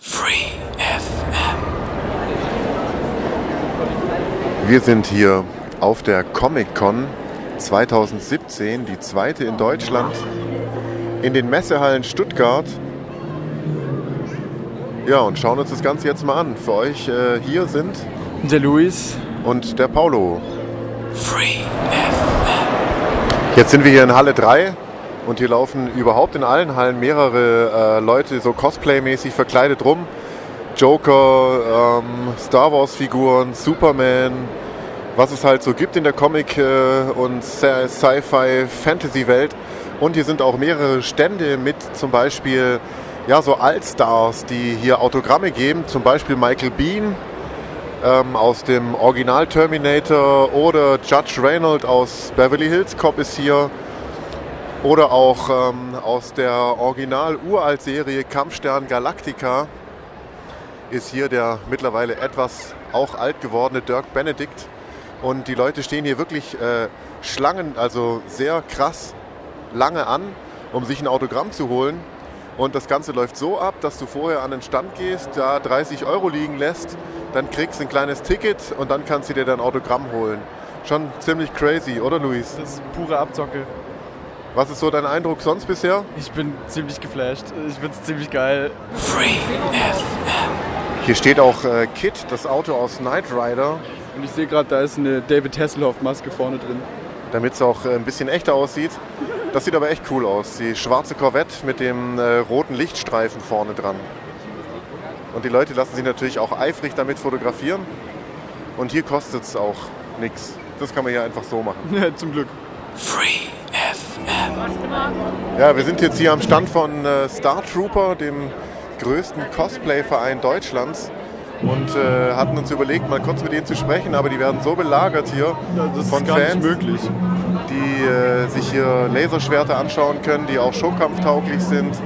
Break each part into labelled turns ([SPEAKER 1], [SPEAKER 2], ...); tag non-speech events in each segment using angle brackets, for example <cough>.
[SPEAKER 1] Free FM.
[SPEAKER 2] Wir sind hier auf der Comic Con 2017, die zweite in Deutschland, in den Messehallen Stuttgart. Ja, und schauen uns das Ganze jetzt mal an. Für euch äh, hier sind
[SPEAKER 3] der Luis
[SPEAKER 2] und der Paulo.
[SPEAKER 1] Free FM.
[SPEAKER 2] Jetzt sind wir hier in Halle 3 und hier laufen überhaupt in allen Hallen mehrere äh, Leute so Cosplay-mäßig verkleidet rum. Joker, ähm, Star Wars-Figuren, Superman, was es halt so gibt in der Comic- äh, und Sci-Fi-Fantasy-Welt. Und hier sind auch mehrere Stände mit zum Beispiel ja, so Allstars, die hier Autogramme geben. Zum Beispiel Michael Bean ähm, aus dem Original Terminator oder Judge Reynolds aus Beverly Hills Cop ist hier. Oder auch ähm, aus der Original-Uralt-Serie Kampfstern Galactica ist hier der mittlerweile etwas auch alt gewordene Dirk Benedict. Und die Leute stehen hier wirklich äh, Schlangen, also sehr krass lange an, um sich ein Autogramm zu holen. Und das Ganze läuft so ab, dass du vorher an den Stand gehst, da 30 Euro liegen lässt, dann kriegst ein kleines Ticket und dann kannst du dir dein Autogramm holen. Schon ziemlich crazy, oder Luis?
[SPEAKER 3] Das ist pure Abzocke.
[SPEAKER 2] Was ist so dein Eindruck sonst bisher?
[SPEAKER 3] Ich bin ziemlich geflasht. Ich find's ziemlich geil.
[SPEAKER 1] Free FM.
[SPEAKER 2] Hier steht auch äh, Kit, das Auto aus Knight Rider.
[SPEAKER 3] Und ich sehe gerade, da ist eine David Hasselhoff-Maske vorne drin.
[SPEAKER 2] Damit es auch äh, ein bisschen echter aussieht. Das sieht aber echt cool aus. Die schwarze Corvette mit dem äh, roten Lichtstreifen vorne dran. Und die Leute lassen sich natürlich auch eifrig damit fotografieren. Und hier kostet es auch nichts. Das kann man hier einfach so machen.
[SPEAKER 3] Ja, zum Glück.
[SPEAKER 1] Free.
[SPEAKER 2] Ja, wir sind jetzt hier am Stand von äh, Star Trooper, dem größten Cosplay-Verein Deutschlands. Und äh, hatten uns überlegt, mal kurz mit denen zu sprechen, aber die werden so belagert hier
[SPEAKER 3] ja, von Fans, möglich.
[SPEAKER 2] die äh, sich hier Laserschwerter anschauen können, die auch showkampftauglich sind.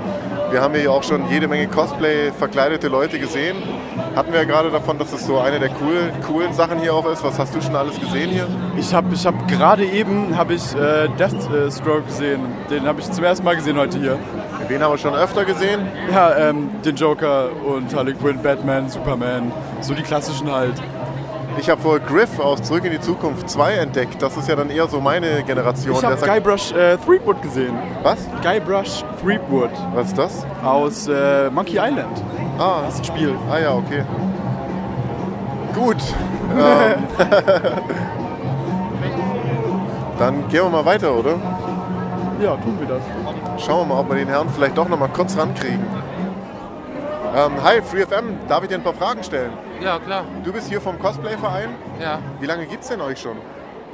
[SPEAKER 2] Wir haben hier auch schon jede Menge Cosplay verkleidete Leute gesehen. Hatten wir ja gerade davon, dass es so eine der coolen, coolen Sachen hier auch ist. Was hast du schon alles gesehen hier?
[SPEAKER 3] Ich habe ich hab gerade eben hab ich, äh, Deathstroke gesehen. Den habe ich zum ersten Mal gesehen heute hier.
[SPEAKER 2] Den haben wir schon öfter gesehen?
[SPEAKER 3] Ja, ähm, den Joker und Harley Quinn, Batman, Superman. So die klassischen halt.
[SPEAKER 2] Ich habe vor Griff aus Zurück in die Zukunft 2 entdeckt. Das ist ja dann eher so meine Generation.
[SPEAKER 3] Ich habe Guybrush äh, Threepwood gesehen.
[SPEAKER 2] Was?
[SPEAKER 3] Guybrush Threepwood.
[SPEAKER 2] Was ist das?
[SPEAKER 3] Aus äh, Monkey Island.
[SPEAKER 2] Ah.
[SPEAKER 3] Das ist ein Spiel.
[SPEAKER 2] Ah ja, okay. Gut. ähm. <laughs> dann gehen wir mal weiter, oder?
[SPEAKER 3] Ja, tun wir das.
[SPEAKER 2] Schauen wir mal, ob wir den Herrn vielleicht doch noch mal kurz rankriegen. Ähm, hi, FreeFM, darf ich dir ein paar Fragen stellen?
[SPEAKER 4] Ja, klar.
[SPEAKER 2] Du bist hier vom Cosplay-Verein?
[SPEAKER 4] Ja.
[SPEAKER 2] Wie lange gibt es denn euch schon?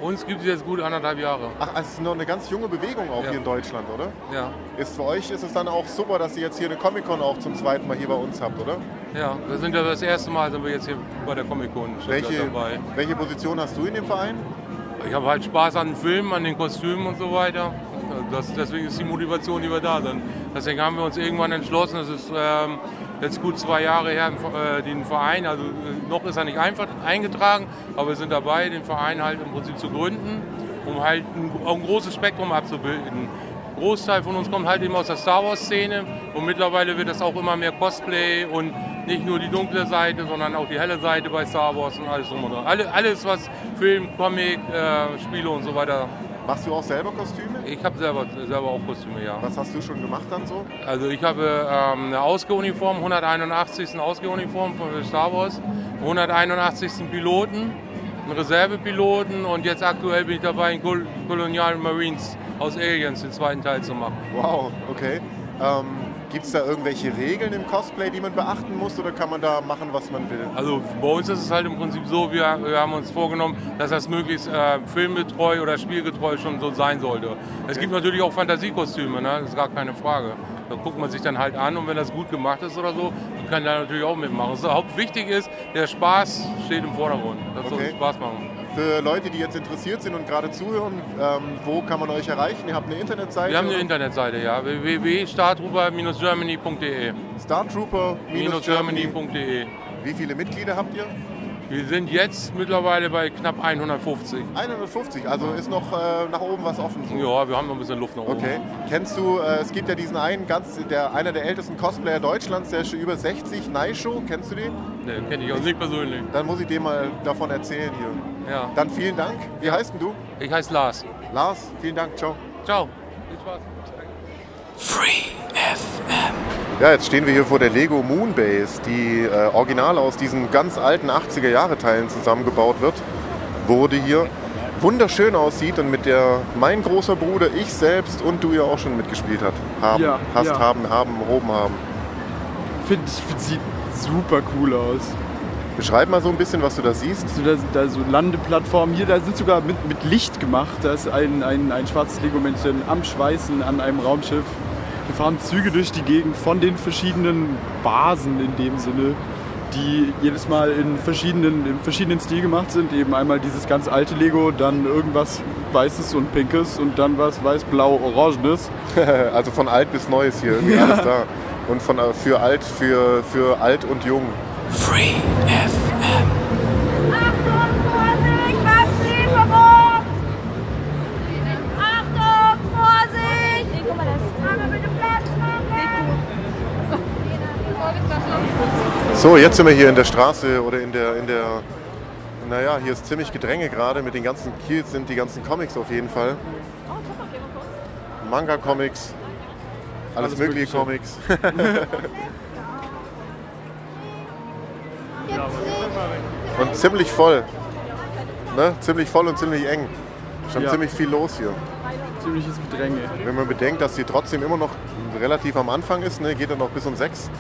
[SPEAKER 4] Uns gibt es jetzt gut anderthalb Jahre.
[SPEAKER 2] Ach, also es ist noch eine ganz junge Bewegung auch ja. hier in Deutschland, oder?
[SPEAKER 4] Ja.
[SPEAKER 2] Ist für euch ist es dann auch super, dass ihr jetzt hier eine Comic-Con auch zum zweiten Mal hier bei uns habt, oder?
[SPEAKER 4] Ja, wir sind ja das erste Mal sind wir jetzt hier bei der Comic-Con
[SPEAKER 2] welche, dabei. Welche Position hast du in dem Verein?
[SPEAKER 4] Ich habe halt Spaß an den Filmen, an den Kostümen und so weiter. Das, deswegen ist die Motivation, die wir da sind. Deswegen haben wir uns irgendwann entschlossen, das ist... Ähm, jetzt gut zwei Jahre her äh, den Verein, also noch ist er nicht einfach eingetragen, aber wir sind dabei, den Verein halt im Prinzip zu gründen, um halt ein, ein großes Spektrum abzubilden. Ein Großteil von uns kommt halt eben aus der Star Wars-Szene und mittlerweile wird das auch immer mehr Cosplay und nicht nur die dunkle Seite, sondern auch die helle Seite bei Star Wars und alles drum und dran. Alle, alles, was Film, Comic, äh, Spiele und so weiter
[SPEAKER 2] Machst du auch selber Kostüme?
[SPEAKER 4] Ich habe selber, selber auch Kostüme, ja.
[SPEAKER 2] Was hast du schon gemacht dann so?
[SPEAKER 4] Also ich habe ähm, eine Ausgeuniform, 181. Ausgeuniform von Star Wars, 181. Piloten, einen Reservepiloten und jetzt aktuell bin ich dabei, einen Kol Kolonial Marines aus Aliens den zweiten Teil zu machen.
[SPEAKER 2] Wow, okay. Ähm, Gibt es da irgendwelche Regeln im Cosplay, die man beachten muss oder kann man da machen, was man will?
[SPEAKER 4] Also bei uns ist es halt im Prinzip so, wir, wir haben uns vorgenommen, dass das möglichst äh, filmgetreu oder spielgetreu schon so sein sollte. Okay. Es gibt natürlich auch Fantasiekostüme, ne? das ist gar keine Frage. Da guckt man sich dann halt an und wenn das gut gemacht ist oder so, kann da natürlich auch mitmachen. Das Hauptwichtig ist, der Spaß steht im Vordergrund. Das okay. soll Spaß machen
[SPEAKER 2] für Leute, die jetzt interessiert sind und gerade zuhören, ähm, wo kann man euch erreichen? Ihr habt eine Internetseite?
[SPEAKER 4] Wir haben eine Internetseite, ja. www.startrooper-germany.de
[SPEAKER 2] startrooper-germany.de Wie viele Mitglieder habt ihr?
[SPEAKER 4] Wir sind jetzt mittlerweile bei knapp 150.
[SPEAKER 2] 150, also ist noch äh, nach oben was offen. so.
[SPEAKER 4] Ja, wir haben noch ein bisschen Luft nach oben.
[SPEAKER 2] Okay. Kennst du, äh, es gibt ja diesen einen, ganz, der, einer der ältesten Cosplayer Deutschlands, der ist schon über 60, Naisho, kennst du den?
[SPEAKER 4] Nee, kenne ich auch nicht persönlich.
[SPEAKER 2] Dann muss ich dir mal davon erzählen hier.
[SPEAKER 4] Ja.
[SPEAKER 2] Dann vielen Dank. Wie heißt denn du?
[SPEAKER 4] Ich heiße Lars.
[SPEAKER 2] Lars, vielen Dank, ciao.
[SPEAKER 4] Ciao. Viel Spaß.
[SPEAKER 1] Free FM.
[SPEAKER 2] Ja, jetzt stehen wir hier vor der Lego Moonbase, die äh, original aus diesen ganz alten 80er-Jahre-Teilen zusammengebaut wird, wurde hier. Wunderschön aussieht und mit der mein großer Bruder, ich selbst und du ja auch schon mitgespielt hat, haben,
[SPEAKER 3] Ja,
[SPEAKER 2] hast,
[SPEAKER 3] ja.
[SPEAKER 2] haben, haben, oben haben.
[SPEAKER 3] Find, find, sieht super cool aus.
[SPEAKER 2] Beschreib mal so ein bisschen, was du da siehst.
[SPEAKER 3] So, da, sind da so Landeplattformen. Hier, da sind sogar mit, mit Licht gemacht. Da ist ein, ein, ein schwarzes Lego-Männchen am Schweißen an einem Raumschiff. Hier fahren Züge durch die Gegend von den verschiedenen Basen in dem Sinne, die jedes Mal in verschiedenen, im verschiedenen Stil gemacht sind. Eben einmal dieses ganz alte Lego, dann irgendwas Weißes und Pinkes und dann was Weiß-Blau-Orangenes.
[SPEAKER 2] Also von alt bis neu ist hier
[SPEAKER 3] <laughs>
[SPEAKER 2] irgendwie alles da. Und von äh, für alt, für, für alt und jung.
[SPEAKER 1] Free FM.
[SPEAKER 5] Achtung, Vorsicht, Waffenlieferung! Achtung, Vorsicht! Nee, guck mal, das. Mama, bitte Platz machen!
[SPEAKER 2] So, jetzt sind wir hier in der Straße oder in der, in der, naja, hier ist ziemlich Gedränge gerade mit den ganzen Kiels sind die ganzen Comics auf jeden Fall. Manga-Comics, alles,
[SPEAKER 3] Alles
[SPEAKER 2] mögliche
[SPEAKER 3] Mögliche.
[SPEAKER 2] Comics.
[SPEAKER 3] <laughs>
[SPEAKER 2] und ziemlich voll. Ne? Ziemlich voll und ziemlich eng. Schon
[SPEAKER 3] Ja.
[SPEAKER 2] ziemlich viel los hier.
[SPEAKER 3] Ziemliches Gedränge.
[SPEAKER 2] Wenn man bedenkt, dass sie trotzdem immer noch relativ am Anfang ist, ne? geht dann noch bis um sechs.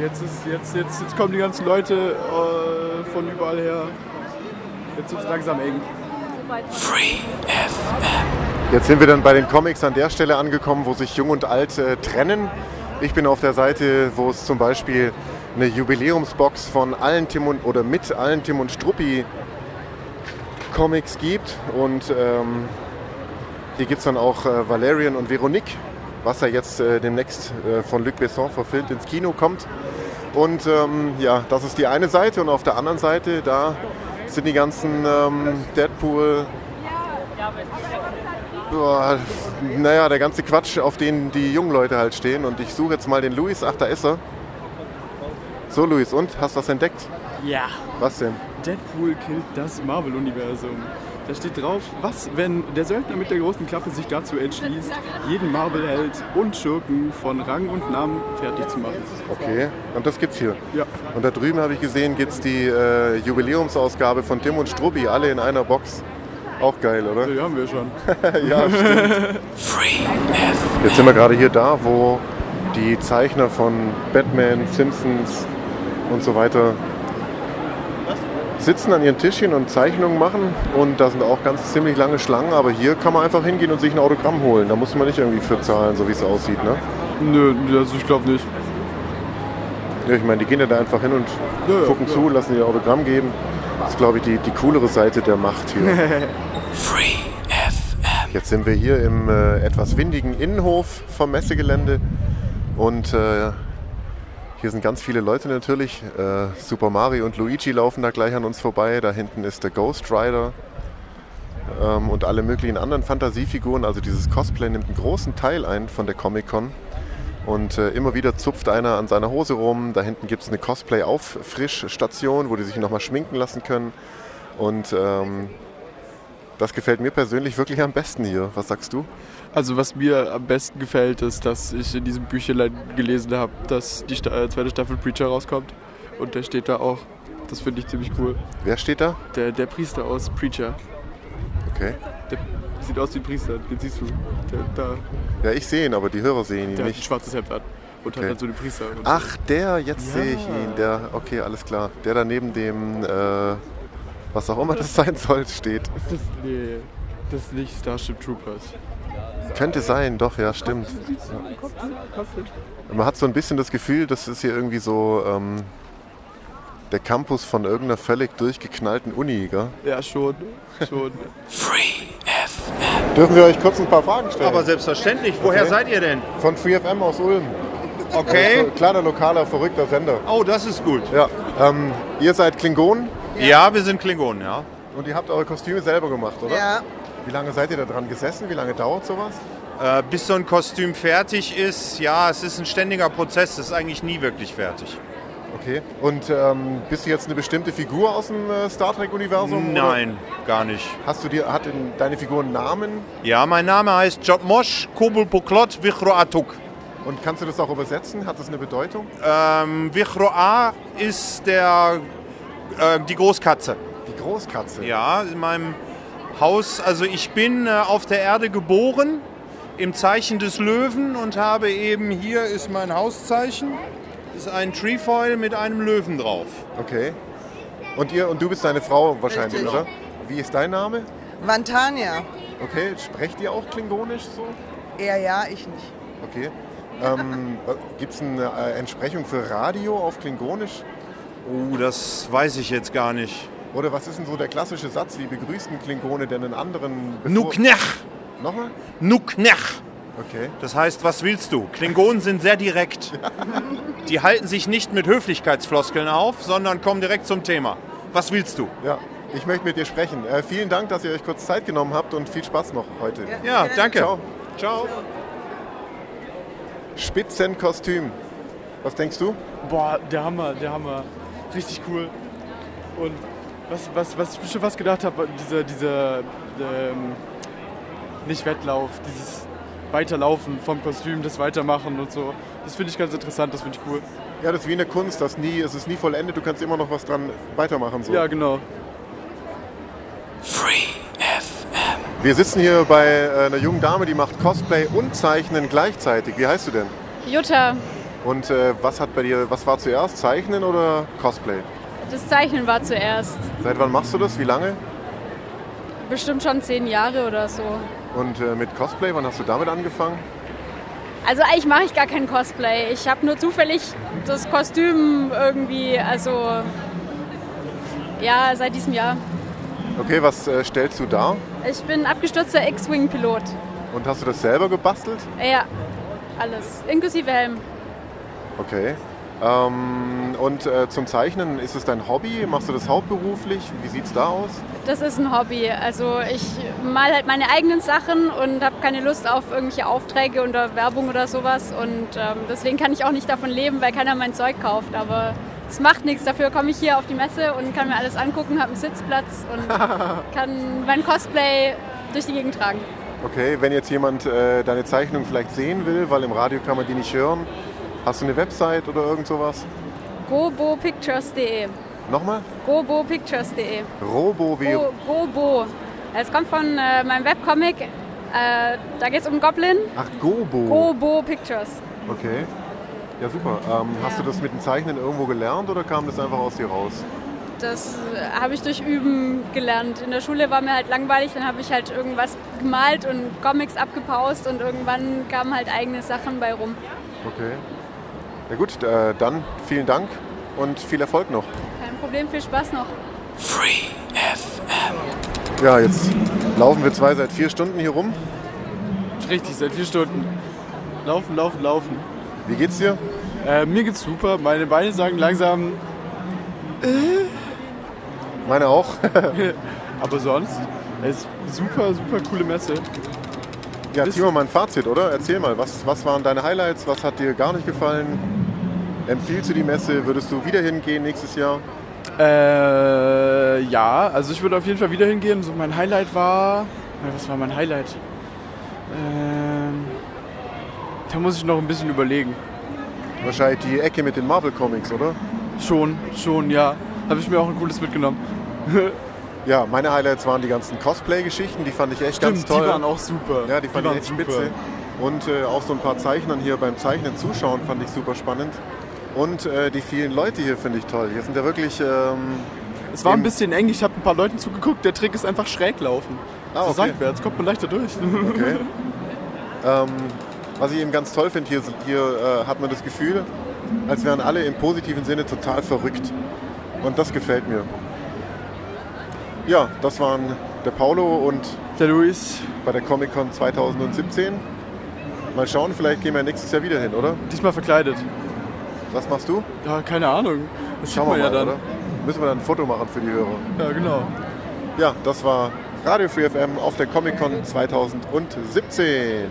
[SPEAKER 3] Jetzt, ist, jetzt, jetzt, jetzt kommen die ganzen Leute äh, von überall her. Jetzt wird es langsam eng.
[SPEAKER 1] Free FM.
[SPEAKER 2] Jetzt sind wir dann bei den Comics an der Stelle angekommen, wo sich Jung und Alt äh, trennen. Ich bin auf der Seite, wo es zum Beispiel eine Jubiläumsbox von allen Tim und oder mit allen Tim und Struppi Comics gibt. Und ähm, hier gibt es dann auch äh, Valerian und Veronique, was ja jetzt äh, demnächst äh, von Luc Besson verfilmt ins Kino kommt. Und ähm, ja, das ist die eine Seite und auf der anderen Seite, da sind die ganzen ähm, Deadpool, Boah, naja, der ganze Quatsch, auf den die jungen Leute halt stehen. Und ich suche jetzt mal den Luis. Ach, da ist er. So, Luis, und? Hast du was entdeckt?
[SPEAKER 3] Ja.
[SPEAKER 2] Was denn?
[SPEAKER 3] Deadpool killt das Marvel-Universum. Da steht drauf, was, wenn der Söldner mit der großen Klappe sich dazu entschließt, jeden Marvel-Held und Schurken von Rang und Namen fertig zu machen.
[SPEAKER 2] Okay, und das gibt's hier.
[SPEAKER 3] Ja.
[SPEAKER 2] Und da drüben habe ich gesehen, gibt's die äh, Jubiläumsausgabe von Tim und Struppi, alle in einer Box. Auch geil, oder?
[SPEAKER 3] Die haben wir schon.
[SPEAKER 2] ja, stimmt.
[SPEAKER 1] Free FM.
[SPEAKER 2] Jetzt sind wir gerade hier da, wo die Zeichner von Batman, Simpsons und so weiter sitzen an ihren Tischchen und Zeichnungen machen. Und da sind auch ganz ziemlich lange Schlangen, aber hier kann man einfach hingehen und sich ein Autogramm holen. Da muss man nicht irgendwie für zahlen, so wie es aussieht. Ne?
[SPEAKER 3] <laughs> Nö, also ich glaube nicht.
[SPEAKER 2] Ja, ich meine, die gehen ja da einfach hin und
[SPEAKER 3] Ja, ja,
[SPEAKER 2] gucken
[SPEAKER 3] ja.
[SPEAKER 2] zu, lassen ihr Autogramm geben. Das ist, glaube ich, die, die coolere Seite der Macht
[SPEAKER 3] <laughs>
[SPEAKER 2] hier.
[SPEAKER 1] Free FM.
[SPEAKER 2] Jetzt sind wir hier im äh, etwas windigen Innenhof vom Messegelände und äh, hier sind ganz viele Leute natürlich. Äh, Super Mario und Luigi laufen da gleich an uns vorbei. Da hinten ist der Ghost Rider ähm, und alle möglichen anderen Fantasiefiguren. Also dieses Cosplay nimmt einen großen Teil ein von der Comic-Con. Und äh, immer wieder zupft einer an seiner Hose rum. Da hinten gibt es eine Cosplay-Auffrischstation, wo die sich nochmal schminken lassen können. Und ähm, das gefällt mir persönlich wirklich am besten hier. Was sagst du?
[SPEAKER 3] Also was mir am besten gefällt, ist, dass ich in diesem Büchlein gelesen habe, dass die Sta äh, zweite Staffel Preacher rauskommt. Und der steht da auch. Das finde ich ziemlich cool.
[SPEAKER 2] Wer steht da?
[SPEAKER 3] Der, der Priester aus Preacher.
[SPEAKER 2] Okay.
[SPEAKER 3] Der sieht aus wie ein Priester, den siehst du. Der, da,
[SPEAKER 2] Ja, ich sehe ihn, aber die Hörer sehen ihn
[SPEAKER 3] der hat ein
[SPEAKER 2] nicht.
[SPEAKER 3] schwarzes Hemd an und
[SPEAKER 2] Okay. Ah.
[SPEAKER 3] hat dann so einen Priester. Und
[SPEAKER 2] Ach, der, jetzt sehe ich ihn. Der, okay, alles klar. Der da neben dem, äh, was auch immer <laughs> das sein soll, steht.
[SPEAKER 3] Das, ist- nee, das ist nicht Starship Troopers.
[SPEAKER 2] Könnte sein, doch, ja, stimmt. Man hat so ein bisschen das Gefühl, das ist hier irgendwie so ähm, der Campus von irgendeiner völlig durchgeknallten Uni, gell?
[SPEAKER 3] Ja, schon. schon.
[SPEAKER 1] Free FM.
[SPEAKER 2] Dürfen wir euch kurz ein paar Fragen stellen?
[SPEAKER 6] Aber selbstverständlich, woher
[SPEAKER 2] Okay.
[SPEAKER 6] seid ihr denn?
[SPEAKER 2] von FreeFM aus Ulm.
[SPEAKER 6] Okay.
[SPEAKER 2] Also, kleiner, lokaler, verrückter Sender.
[SPEAKER 6] Oh, das ist gut.
[SPEAKER 2] Ja. Ähm, ihr seid Klingonen
[SPEAKER 6] Ja, wir sind Klingonen, ja.
[SPEAKER 2] und ihr habt eure Kostüme selber gemacht, oder?
[SPEAKER 7] Ja,
[SPEAKER 2] Wie lange seid ihr da dran gesessen? Wie lange dauert sowas?
[SPEAKER 6] Äh, bis so ein Kostüm fertig ist, ja, es ist ein ständiger Prozess, es ist eigentlich nie wirklich fertig.
[SPEAKER 2] Okay. Und ähm, bist du jetzt eine bestimmte Figur aus dem äh, Star Trek-Universum? oder?
[SPEAKER 6] Nein, gar nicht.
[SPEAKER 2] Hast du dir, hat denn deine Figur einen Namen?
[SPEAKER 6] Ja, mein Name heißt Jobmosh Kobul Poklot Vichro Atuk.
[SPEAKER 2] Und kannst du das auch übersetzen? Hat das eine Bedeutung?
[SPEAKER 6] Ähm, Vichro A ist der, äh, die Großkatze.
[SPEAKER 2] Die Großkatze.
[SPEAKER 6] Ja, in meinem Haus. Also ich bin äh, auf der Erde geboren, im Zeichen des Löwen und habe eben, hier ist mein Hauszeichen, ist ein Trefoil mit einem Löwen drauf.
[SPEAKER 2] Okay. Und ihr und du bist seine Frau wahrscheinlich,
[SPEAKER 7] Richtig.
[SPEAKER 2] oder? Wie ist dein Name?
[SPEAKER 7] Vantania.
[SPEAKER 2] Okay. Sprecht ihr auch Klingonisch so?
[SPEAKER 7] Er ja, ich nicht.
[SPEAKER 2] Okay. Ähm, <laughs> Gibt es eine äh, Entsprechung für Radio auf Klingonisch?
[SPEAKER 6] Oh, das weiß ich jetzt gar nicht.
[SPEAKER 2] Oder was ist denn so der klassische Satz? Wie begrüßt ein Klingone denn einen anderen? bevor-
[SPEAKER 6] Nuknech,
[SPEAKER 2] Nochmal?
[SPEAKER 6] Nuknech.
[SPEAKER 2] Okay.
[SPEAKER 6] Das heißt, was willst du? Klingonen sind sehr direkt. Die halten sich nicht mit Höflichkeitsfloskeln auf, sondern kommen direkt zum Thema. Was willst du?
[SPEAKER 2] Ja, ich möchte mit dir sprechen. Äh, vielen Dank, dass ihr euch kurz Zeit genommen habt und viel Spaß noch heute.
[SPEAKER 6] Ja, danke.
[SPEAKER 2] Ciao.
[SPEAKER 6] Ciao.
[SPEAKER 2] Spitzenkostüm. Was denkst du?
[SPEAKER 3] Boah, der Hammer, der Hammer. Richtig cool. Und was, was, was ich mir schon fast gedacht habe, war dieser, dieser ähm, nicht Wettlauf, dieses Weiterlaufen vom Kostüm, das Weitermachen und so. Das finde ich ganz interessant, das finde ich cool.
[SPEAKER 2] Ja, das ist wie in der Kunst, das nie, es ist nie vollendet, du kannst immer noch was dran weitermachen. So.
[SPEAKER 3] Ja, genau.
[SPEAKER 1] Free FM.
[SPEAKER 2] Wir sitzen hier bei äh, einer jungen Dame, die macht Cosplay und Zeichnen gleichzeitig. Wie heißt du denn?
[SPEAKER 8] Jutta,
[SPEAKER 2] Und äh, was hat bei dir, was war zuerst, Zeichnen oder Cosplay?
[SPEAKER 8] das Zeichnen war zuerst.
[SPEAKER 2] Seit wann machst du das? Wie lange?
[SPEAKER 8] Bestimmt schon zehn Jahre oder so.
[SPEAKER 2] Und äh, mit Cosplay, wann hast du damit angefangen?
[SPEAKER 8] Also eigentlich mache ich gar kein Cosplay. Ich habe nur zufällig das Kostüm irgendwie, also ja, seit diesem Jahr.
[SPEAKER 2] Okay, was äh, stellst du dar?
[SPEAKER 8] Ich bin abgestürzter X-Wing-Pilot.
[SPEAKER 2] Und hast du das selber gebastelt?
[SPEAKER 8] Ja, alles. Inklusive Helm.
[SPEAKER 2] Okay. Ähm, und äh, zum Zeichnen, ist es dein Hobby? Machst du das hauptberuflich? Wie sieht's da aus?
[SPEAKER 8] Das ist ein Hobby. Also ich mal halt meine eigenen Sachen und habe keine Lust auf irgendwelche Aufträge oder Werbung oder sowas. Und ähm, deswegen kann ich auch nicht davon leben, weil keiner mein Zeug kauft. Aber es macht nichts. Dafür komme ich hier auf die Messe und kann mir alles angucken, habe einen Sitzplatz und kann mein Cosplay durch die Gegend tragen.
[SPEAKER 2] Okay, wenn jetzt jemand äh, deine Zeichnung vielleicht sehen will, weil im Radio kann man die nicht hören, hast du eine Website oder irgend sowas?
[SPEAKER 8] gobopictures.de
[SPEAKER 2] Nochmal?
[SPEAKER 8] gobopictures.de
[SPEAKER 2] Robo wie
[SPEAKER 8] Go, Gobo. Es kommt von äh, meinem Webcomic. Äh, da geht es um Goblin.
[SPEAKER 2] Ach, Gobo.
[SPEAKER 8] Gobo Pictures.
[SPEAKER 2] Okay. Ja, super. Ähm, Hast du das mit dem Zeichnen irgendwo gelernt oder kam das einfach aus dir raus?
[SPEAKER 8] Das äh, habe ich durch Üben gelernt. In der Schule war mir halt langweilig, dann habe ich halt irgendwas gemalt und Comics abgepaust und irgendwann kamen halt eigene Sachen bei rum.
[SPEAKER 2] Okay. Ja gut, äh, dann vielen Dank und viel Erfolg noch.
[SPEAKER 8] Kein Problem, viel Spaß noch.
[SPEAKER 1] Free FM.
[SPEAKER 2] Ja, jetzt laufen wir zwei seit vier Stunden hier rum.
[SPEAKER 3] Richtig, seit vier Stunden. Laufen, laufen, laufen.
[SPEAKER 2] Wie geht's dir?
[SPEAKER 3] Äh, mir geht's super, meine Beine sagen langsam,
[SPEAKER 2] Meine auch. <laughs>
[SPEAKER 3] aber sonst. Es ist super, super coole Messe.
[SPEAKER 2] Ja, zieh mal mein Fazit, oder? Erzähl mal, was, was waren deine Highlights? Was hat dir gar nicht gefallen? Empfiehlst du die Messe? Würdest du wieder hingehen nächstes Jahr?
[SPEAKER 3] Äh, ja, also ich würde auf jeden Fall wieder hingehen. So mein Highlight war. Ja, Was war mein Highlight? Ähm, da muss ich noch ein bisschen überlegen.
[SPEAKER 2] Wahrscheinlich die Ecke mit den Marvel Comics, oder?
[SPEAKER 3] Schon, schon, ja. Habe ich mir auch ein cooles mitgenommen.
[SPEAKER 2] Ja, meine Highlights waren die ganzen Cosplay-Geschichten, die fand ich echt ganz
[SPEAKER 3] Stimmt,
[SPEAKER 2] toll.
[SPEAKER 3] die waren auch super.
[SPEAKER 2] Ja, die fand
[SPEAKER 3] waren
[SPEAKER 2] ich echt spitze. Und äh, auch so ein paar Zeichnern hier beim Zeichnen zuschauen fand ich super spannend. Und äh, die vielen Leute hier finde ich toll. Hier sind ja wirklich. Ähm,
[SPEAKER 3] Es war
[SPEAKER 2] Eben.
[SPEAKER 3] ein bisschen eng, ich habe ein paar Leuten zugeguckt. Der Trick ist einfach schräg laufen.
[SPEAKER 2] Ah,
[SPEAKER 3] so
[SPEAKER 2] okay.
[SPEAKER 3] seitwärts, kommt man leichter durch. <laughs>
[SPEAKER 2] okay. ähm, was ich eben ganz toll finde, hier, sind- hier äh, hat man das Gefühl, als wären alle im positiven Sinne total verrückt. Und das gefällt mir. Ja, das waren der Paolo und
[SPEAKER 3] Der Luis,
[SPEAKER 2] bei der Comic Con 2017. Mal schauen, vielleicht gehen wir nächstes Jahr wieder hin, oder?
[SPEAKER 3] Diesmal verkleidet.
[SPEAKER 2] Was machst du?
[SPEAKER 3] Ja, keine Ahnung. Das sieht
[SPEAKER 2] Schauen wir mal,
[SPEAKER 3] man ja dann.
[SPEAKER 2] oder? Müssen wir dann ein Foto machen für die Hörer.
[SPEAKER 3] Ja, genau.
[SPEAKER 2] Ja, das war Radio Free FM auf der Comic Con 2017.